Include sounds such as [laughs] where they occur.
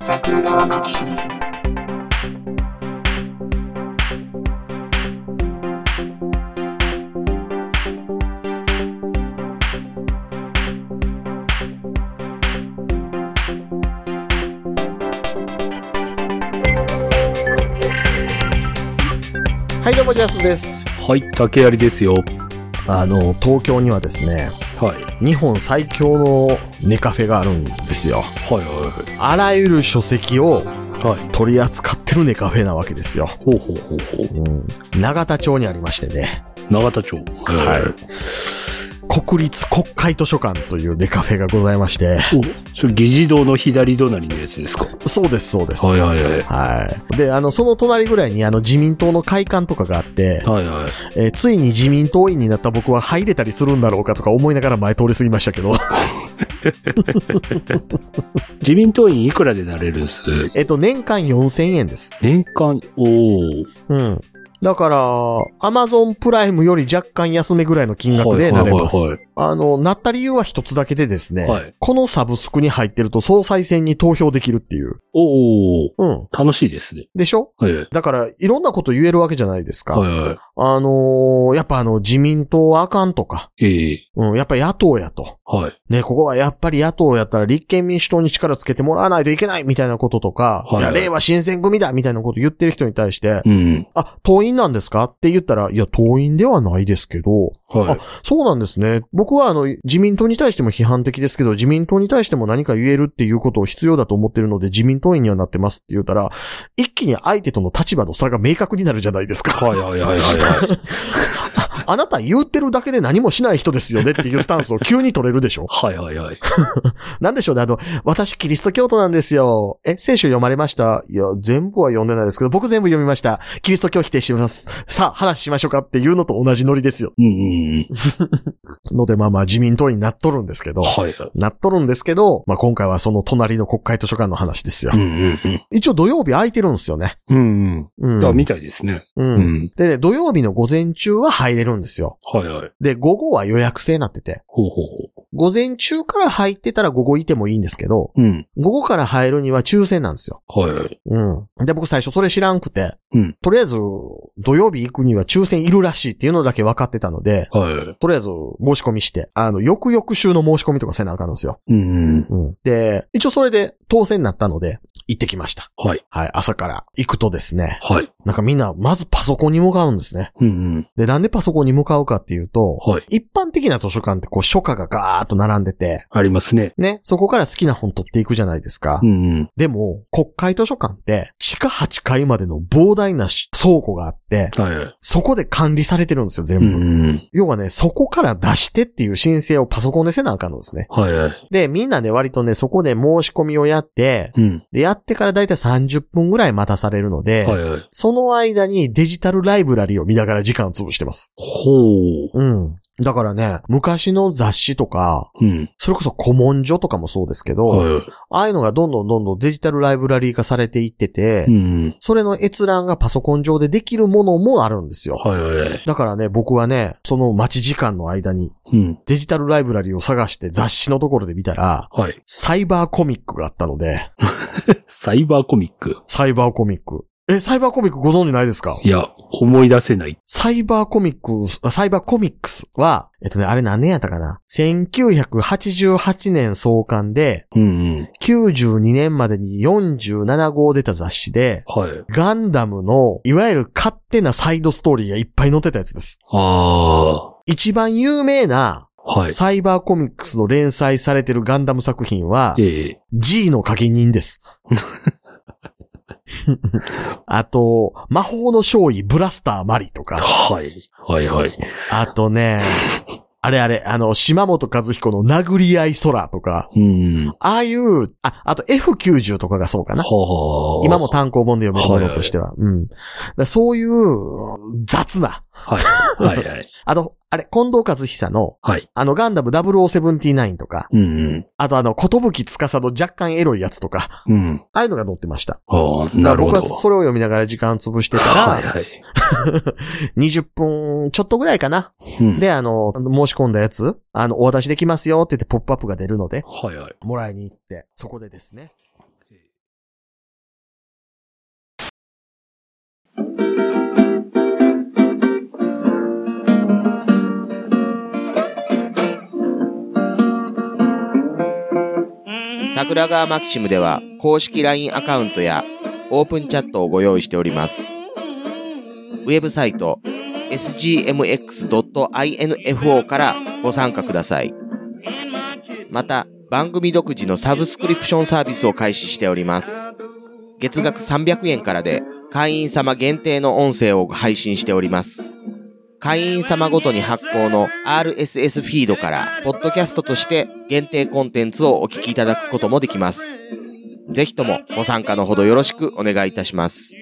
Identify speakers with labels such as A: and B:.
A: 桜川マキシム
B: はいどうもジャスです
C: はい、竹槍ですよ。
B: あの東京にはですね
C: はい。
B: 日本最強のネカフェがあるんですよ
C: はいはいはい。
B: あらゆる書籍を
C: はい
B: 取り扱ってるネカフェなわけですよ、
C: ほうほうほうほう。
B: うん、永田町にありましてね
C: 永田町。は
B: 国立国会図書館というネカフェがございまして
C: い。お、それ、議事堂の左隣のやつですか。
B: そうですそうです
C: はいはいはい。
B: はい。で、あの、その隣ぐらいに、あの、自民党の会館とかがあって、
C: はいはい。
B: えーついに自民党員になった僕は入れたりするんだろうかとか思いながら前通り過ぎました [laughs] けど、
C: 自民党員いくらでなれるんす
B: えっと、年間4000円です。
C: 年間、おー。
B: うん。だから、アマゾンプライムより若干安めぐらいの金額でなれます
C: はいはいはいは。
B: あの、なった理由は一つだけでですね、
C: はい
B: このサブスクに入ってると総裁選に投票できるっていう。
C: おー。
B: うん。
C: 楽しいですね。
B: でしょ
C: はいはい。
B: だから、いろんなこと言えるわけじゃないですか。
C: はいは
B: あのーやっぱあの、自民党はあかんとか、
C: い。ええ
B: うん、やっぱ野党やと。
C: はい。
B: ね、ここはやっぱり野党やったら立憲民主党に力つけてもらわないといけないみたいなこととか、
C: はい
B: いや、令和新選組だみたいなこと言ってる人に対して、
C: うん。
B: あ、党員なんですかって言ったら、いや、党員ではないですけど、
C: はい。
B: そうなんですね。僕はあの、自民党に対しても批判的ですけど、自民党に対しても何か言えるっていうことを必要だと思ってるので、自民党員にはなってますって言ったら、一気に相手との立場の差が明確になるじゃないですか。
C: はいはいはいはいはい。
B: あなた言ってるだけで何もしない人ですよねっていうスタンスを急に取れるでしょ
C: はいはいはい。
B: [laughs] なんでしょうね、あの、私、キリスト教徒なんですよ。え、聖書読まれましたいや、全部は読んでないですけど、僕全部読みました。キリスト教否定してます。さあ、話しましょうかっていうのと同じノリですよ。
C: うんうんうん。
B: ので、まあまあ、自民党になっとるんですけど。
C: はいはい。
B: なっとるんですけど、まあ、今回はその隣の国会図書館の話ですよ
C: うん。うん
B: 一応土曜日空いてるんですよね。
C: うん。うんうん。
B: うん。
C: あ、みたいですね。
B: う。
C: うんん。
B: でね、土曜日の午前中は入れるんですよ。
C: はいはい。
B: で、午後は予約制になってて、
C: ほうほうほ
B: 午前中から入ってたら午後いてもいいんですけど、
C: う。うん。
B: 午後から入るには抽選なんですよ。
C: はいはい。
B: うん。で、僕最初それ知らんくて、
C: うん
B: とりあえず、土曜日行くには抽選いるらしいっていうのだけ分かってたので、
C: はいはい。
B: とりあえず申し込みして、あの、翌々週の申し込みとかせなあかんんですよ。
C: うんうん。
B: うん。で、一応それで当選になったので、行ってきました。
C: はい。
B: はい、朝から行くとですね、
C: はい。
B: なんかみんな、まずパソコンに向かうんですね。
C: うんうん。
B: で、なんでパソコンに向かうかっていうと、
C: はい。
B: 一般的な図書館ってこう書家がガーッと並んでて、
C: ありますね。
B: ね、そこから好きな本取っていくじゃないですか。
C: うんうん。
B: でも、国会図書館って、地下8階までの膨大な倉庫があって、
C: はいはい。
B: そこで管理されてるんですよ、
C: う
B: 全
C: ん
B: 部。
C: うん。
B: 要はね、そこから出してっていう申請をパソコンでせなあかんのですね。
C: はいはい。
B: で、みんなで割とね、そこで申し込みをやって、
C: うん。
B: で、やってからだいたい30分ぐらい待たされるので、
C: はいはい。
B: その間にデジタルライブラリを見ながら時間を潰してます。
C: ほう。
B: うん。だからね、昔の雑誌とか、
C: うん。
B: それこそ古文書とかもそうですけど、
C: はいは
B: ああいうのがどんどんどんどんデジタルライブラリー化されていってて、
C: い。うん。
B: それの閲覧がパソコン上でできるものもあるんですよ。
C: はいはい。
B: だからね、僕はね、その待ち時間の間に
C: うん。
B: デジタルライブラリを探して雑誌のところで見たら、
C: はい。
B: サイバーコミックがあったので、
C: サイバーコミック。
B: サイバーコミック。え、サイバーコミックご存知ないですか
C: いや、思い出せない。
B: サイバーコミックス、あサイバーコミックスは、えっとね、あれ何年やったかな ?1988 年創刊で、
C: うんうん。
B: 92年までに47号出た雑誌で、
C: はい。
B: ガンダムの、いわゆる勝手なサイドストーリーがいっぱい載ってたやつです。
C: ああ。
B: 一番有名な、
C: はい。
B: サイバーコミックスの連載されてるガンダム作品は、
C: ええ。
B: G の鍵人
C: [laughs]
B: です。あと、魔法の勝利ブラスターマリとか、
C: はい。はいはい。
B: あとね、あれあれ、あの、島本和彦の殴り合い空とか、
C: うん。
B: ああいう、あ、あと F90 とかがそうかな。
C: はあ。
B: 今も。単行本で読めるものとしては。うん。だからそういう雑な。
C: はい。はいはい。
B: あと、あれ、近藤和久の、
C: はい。
B: あの、ガンダム0079とか、
C: うんうん。
B: あとあの、ことぶきつかさの若干エロいやつとか、
C: うん。
B: ああいうのが載ってました。
C: ああ、なる
B: だ
C: ほど。
B: から僕はそれを読みながら時間潰してた
C: はい
B: ら、
C: はい。
B: 20分ちょっとぐらいかな。
C: うん。
B: で、あの、申し込んだやつ、あの、お渡しできますよって言ってポップアップが出るので、
C: はいはい。
B: もらいに行って、そこでですね。
A: 桜川マキシムでは公式 LINE アカウントやオープンチャットをご用意しております。ウェブサイト sgmx.info からご参加ください。また、番組独自のサブスクリプションサービスを開始しております。月額300円からで会員様限定の音声を配信しております。会員様ごとに発行の RSS フィードから、ポッドキャストとして限定コンテンツをお聞きいただくこともできます。ぜひともご参加のほどよろしくお願いいたします。